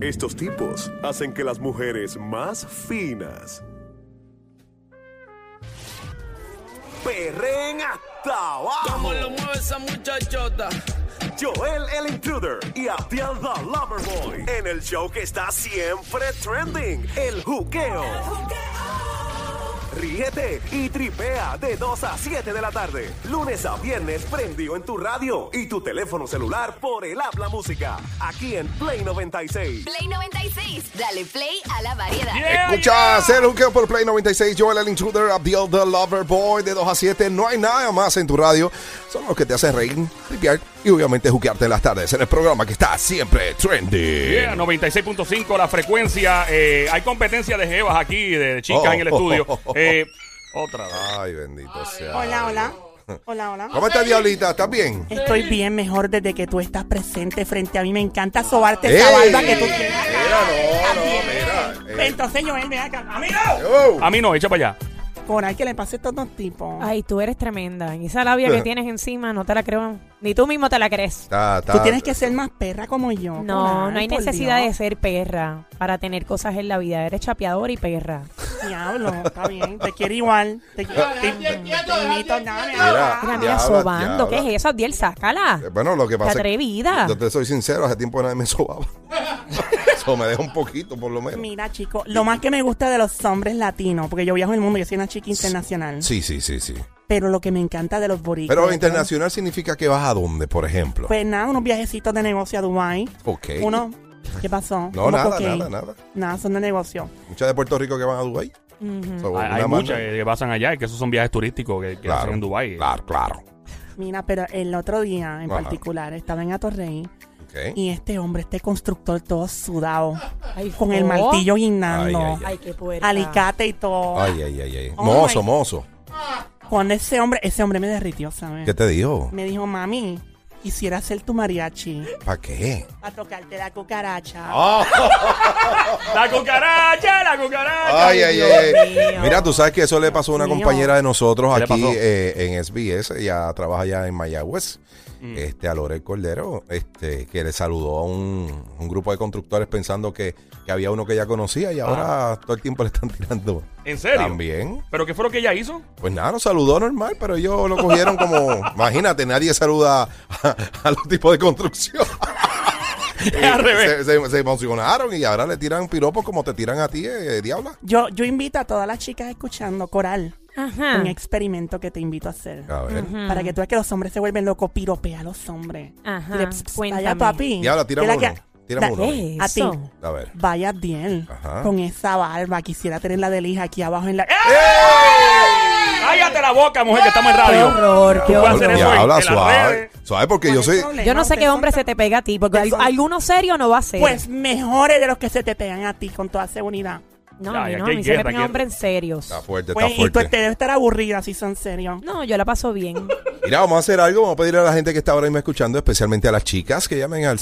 Estos tipos hacen que las mujeres más finas perren hasta abajo. ¿Cómo lo mueve esa muchachota? Joel el Intruder y Abdiel the Loverboy en el show que está siempre trending, el juqueo. Ríete y tripea de 2 a 7 de la tarde, lunes a viernes prendido en tu radio y tu teléfono celular por el habla música, aquí en Play 96. Play 96, dale play a la variedad. Escuchas el juqueo por Play 96, Joel el Intruder, Abdiel the Lover Boy, de 2 a 7. No hay nada más en tu radio. Son los que te hacen reír, tripear y obviamente juquearte en las tardes en el programa que está siempre trendy. Yeah, 96.5 la frecuencia. Eh, hay competencia de jevas aquí, de chicas en el estudio. Oh, oh, oh, oh. Eh, otra vez. Ay, bendito sea. Hola, hola. Hola, hola. ¿Cómo estás, Diablita? ¿Estás bien? Estoy bien mejor desde que tú estás presente frente a mí. Me encanta sobarte esa barba que tú tienes. Mira, no, no, mira. Eh, Entonces, Joel, ven acá. ¡A mí no! oh. A mí no, echa para allá. Por ahí que le pase a estos dos tipos. Ay, tú eres tremenda. Y esa labia que tienes encima, no te la creo. Ni tú mismo te la crees. Está- está- tú tienes que ser más perra como yo. No, Coral, no hay por necesidad de Dios. ser perra para tener cosas en la vida. Eres chapeadora y perra. Diablo, está bien. Te quiero igual. Te quiero. Te, te invito, nada, me Mira. Mira, hagas. mira, Diabla, sobando. diabla. ¿Qué es eso, Abdiel? Sácala. Eh, Bueno, lo que Qué pasa es que- atrevida. Yo te soy sincero, hace tiempo nadie me sobaba. Eso me deja un poquito, por lo menos. Mira, chico, lo más que me gusta de los hombres latinos, porque yo viajo el mundo, yo soy una chica internacional, Sí, sí, sí, sí. pero lo que me encanta de los boricuas... Pero ¿no? internacional significa que vas a dónde, por ejemplo. Pues nada, unos viajecitos de negocio a Dubái. Ok. Uno, ¿qué pasó? No, ¿Cómo nada, que ok? nada, nada. Nada, son de negocio. Muchas de Puerto Rico que van a Dubái. So, Hay, una hay mano- muchas que que pasan allá, que esos son viajes turísticos que, que hacen en Dubái. Claro, claro. Mira, pero el otro día en Ajá. particular estaba en Atorrey Ok. y este hombre, este constructor todo sudado, Ay, con el oh. martillo guindando, Ay, ay, Ay, qué puerta. alicate y todo. Ay, ay, ay, ay. Oh mozo, my- mozo. Cuando ese hombre, ese hombre me derritió, ¿sabes? ¿Qué te dijo? Me dijo, mami, quisiera ser tu mariachi ¿Para qué? para tocarte la cucaracha. Ah. ¡La cucaracha! ¡La cucaracha! Ay, ay, ay. ay. Mira, tú sabes que eso le pasó a una Dios mío. compañera de nosotros ¿Qué le aquí pasó? eh, en SBS. Ella trabaja ya en Mayagüez. Mm. Este, a Lorel Cordero, este, que le saludó a un, un grupo de constructores pensando que, que había uno que ella conocía y ahora todo el tiempo le están tirando. Ah. ¿En serio? También. ¿Pero qué fue lo que ella hizo? Pues nada, nos saludó normal, pero ellos lo cogieron como. imagínate, nadie saluda a, a los tipos de construcción. Al revés. se, se- se emocionaron y ahora le tiran piropos como te tiran a ti, eh, diabla. Yo, yo invito a todas las chicas escuchando coral. Ajá. Un experimento que te invito a hacer. A ver. Para que tú veas que los hombres se vuelven locos, piropea a los hombres. Ajá, Dile, "Ps, ps, cuéntame. Vaya papi. Diabla, tírame Dile uno, tírame da- uno. eh. ¿Qué es A ti. eso? A ver. Vaya bien. Ajá. Con esa barba. Quisiera tener la de lija aquí abajo en la. ¡Eh! ¡Cállate la boca, mujer, que estamos en Qué radio! horror, qué Tú vas a horror. hacer eso en- Diabla, en las suave. redes. Suave, porque ¿Cuál yo es soy. el problema? Yo no sé qué Ustedes hombre son se te pega a ti, porque Ustedes algo- son- alguno serio no va a tan- ser. Pues mejores de los que se te pegan a ti, con toda seguridad. no, Ya, a mí ya, no, que a hay mí se me guerra, pegan guerra. hombres serios. Está fuerte, está Pues, y tú te fuerte. debes estar aburrida si son serios. No, yo la paso bien. Mira, vamos a hacer algo. Vamos a pedirle a la gente que está ahora mismo escuchando, especialmente a las chicas, que llamen al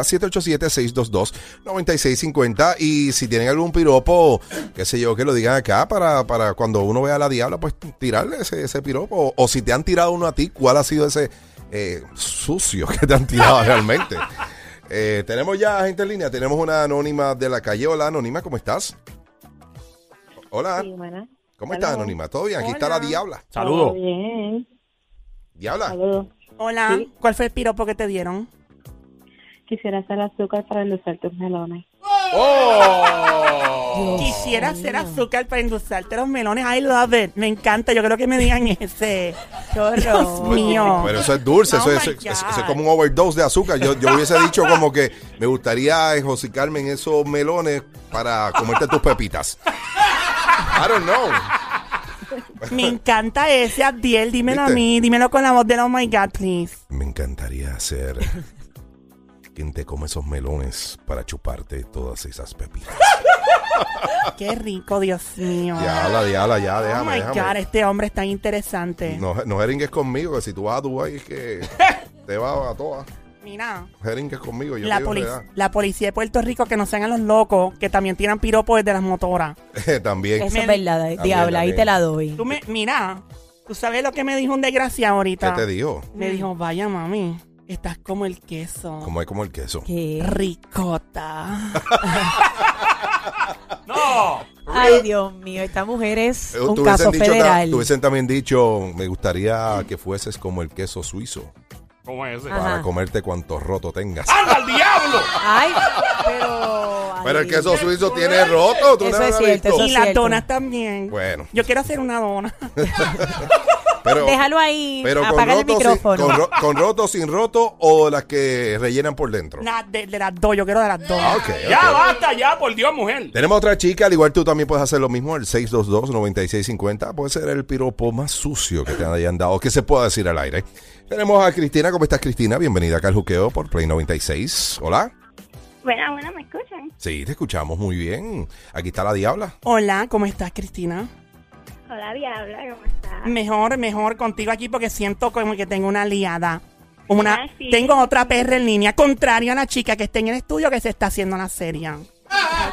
787-622-9650. 787-622-9650. Y si tienen algún piropo, qué sé yo, que lo digan acá para, para cuando uno vea a la diabla, pues tirarle ese, ese piropo. O, o si te han tirado uno a ti, ¿cuál ha sido ese eh, sucio que te han tirado realmente? Eh, tenemos ya gente en línea. Tenemos una anónima de la calle. Hola, anónima, ¿cómo estás? Hola. Sí, buenas. ¿Cómo estás, Hola. Anónima? ¿Todo bien? Aquí está la Hola. Diabla. Todo Saludos. bien. Diabla. Saludos. Hola. Sí. ¿Cuál fue el piropo que te dieron? Quisiera hacer azúcar para endulzar tus melones. Oh. Quisiera hacer azúcar para endulzarte los melones. I love it. Me encanta. Yo creo que me digan ese. Dios mío. Pero eso es dulce, eso, Oh es, my eso- eso God. es como un overdose de azúcar. Yo, yo hubiese dicho como que me gustaría enjocicarme en esos melones para comerte tus pepitas. I don't know. Me encanta ese Abdiel. Dímelo ¿Viste? a mí. Dímelo con la voz de Oh My God, please. Me encantaría ser quien te come esos melones para chuparte todas esas pepitas. Qué rico, Dios mío. Diabla, diabla, ya, oh déjame, my God, déjame. este hombre es tan interesante. No, no jeringues conmigo, que si tú vas a Dubái es que te vas a todas. Mira, Jeringues conmigo, yo la, te digo la poli- edad. la policía de Puerto Rico que no sean a los locos, que también tiran piropos desde las motoras. También. Eso Me- es verdad, diabla, ahí también. te la doy. Tú me, mira, tú sabes lo que me dijo un desgraciado ahorita. ¿Qué te dijo? Me dijo, vaya mami, Estás como el queso. Como es como el queso. ¿Qué? Ricota. ¡No! Ay, Dios mío, esta mujer es Eh, un te hubiesen caso dicho ta- federal. te hubiesen también dicho, me gustaría que fueses como el queso suizo, ¿Cómo es ese? Ajá. para comerte cuanto roto tengas. ¡Anda al diablo! Ah. Ay, pero. ay, Pero el queso suizo tiene roto, tú Eso no es lo has visto. cierto, eso y es las cierto. donas también. Bueno. Yo quiero hacer una dona. Pero, Déjalo ahí. pero con, apaga roto, el micrófono. Sin, con, ro- con roto, sin roto o las que rellenan por dentro. Nah, de, de las dos, yo quiero de las dos. Ah, ok, ok. Ya basta, ya, por Dios, mujer. Tenemos otra chica, al igual tú también puedes hacer lo mismo, el 622-9650. Puede ser el piropo más sucio que te hayan dado, que se pueda decir al aire. Tenemos a Cristina, ¿cómo estás Cristina? Bienvenida acá al Juqueo por Play 96. Hola. Bueno, bueno, ¿me escuchan? Sí, te escuchamos muy bien. Aquí está la diabla. Hola, ¿cómo estás, Cristina? Hola, Diabla, ¿cómo estás? Mejor, mejor contigo aquí porque siento como que tengo una aliada. Una, Ah, sí. Tengo otra perra en línea, contrario a la chica que está en el estudio que se está haciendo la seria.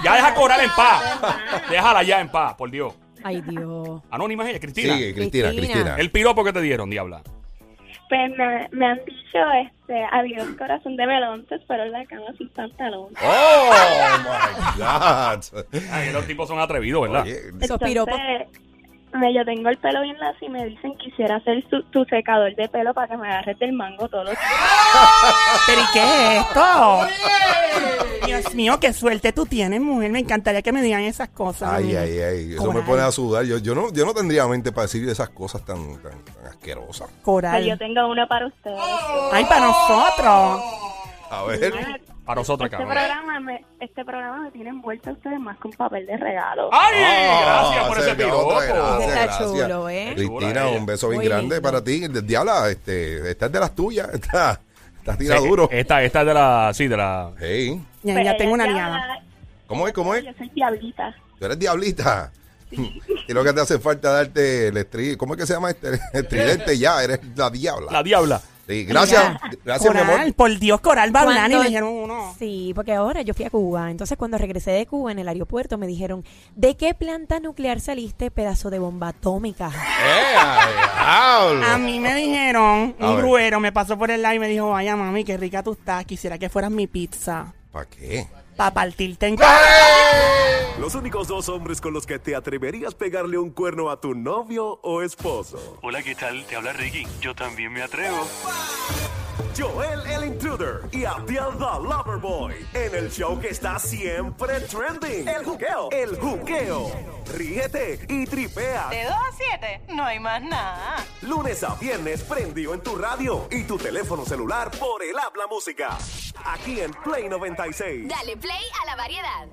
Ya deja cobrar en paz. Déjala ya en paz, por Dios. Ay, Dios. Anónima es ella, Cristina. Sigue, Cristina, Cristina. Cristina. El piropo que te dieron, diabla. Pues me, me han dicho, este, adiós corazón de melón, te espero en la cama sin pantalón. Oh my God. Ay, los tipos son atrevidos, ¿verdad? Oye, Esos Entonces, piropos. me- yo tengo el pelo bien lacio y me dicen quisiera hacer su- tu secador de pelo para que me agarres del mango todos los días. ¿Pero y qué es esto? Dios mío, qué suerte tú tienes, mujer. Me encantaría que me digan esas cosas. Ay, amiga. ay, ay. Eso me Coral. pone a sudar. Yo, yo, no, yo no tendría mente para decir esas cosas tan, tan, tan asquerosas. Pues yo Coral. tengo uno para ustedes. Ay, para nosotros. A ver. Para nosotros, Este cabrón. programa, me, este programa me tiene envuelta a ustedes más que un papel de regalo. ¡Ay! Ah, gracias por se ese quedó piropo. otra, gracias, Está gracias. chulo, ¿eh? Cristina, un beso bien Muy grande lindo. para ti. Diabla, este, esta es de las tuyas. Esta, esta Sí, tira duro. Esta, esta es de la. Sí, de la. Hey. Ya, Pues ya ella tengo una es aliada. diabla, ¿Cómo es? ¿Cómo es? Yo soy diablita. Tú eres diablita. Y lo que te hace falta es darte el estri... ¿Cómo es que se llama este? El tridente ya, eres la diabla. La diabla. Sí, gracias, gracias mi Coral, amor. por Dios, Coral va a hablar y Cuando- le dijeron uno. Sí, porque ahora yo fui a Cuba. Entonces, cuando regresé de Cuba en el aeropuerto, me dijeron: ¿De qué planta nuclear saliste, pedazo de bomba atómica? ¡Eh, ay, diablo! A mí me dijeron, A un ver. gruero me pasó por el live y me dijo, vaya mami, qué rica tú estás, quisiera que fueras mi pizza. ¿Para qué? Para partirte en... Los únicos dos hombres con los que te atreverías pegarle un cuerno a tu novio o esposo. Hola, ¿qué tal? Te habla Ricky. Yo también me atrevo. Joel el Intruder y Abdiel the Loverboy en el show que está siempre trending. El juqueo. El juqueo. Ríete y tripea. De 2 a 7, no hay más nada. Lunes a viernes prendido en tu radio y tu teléfono celular por el habla música. Aquí en Play 96. Dale play a la variedad.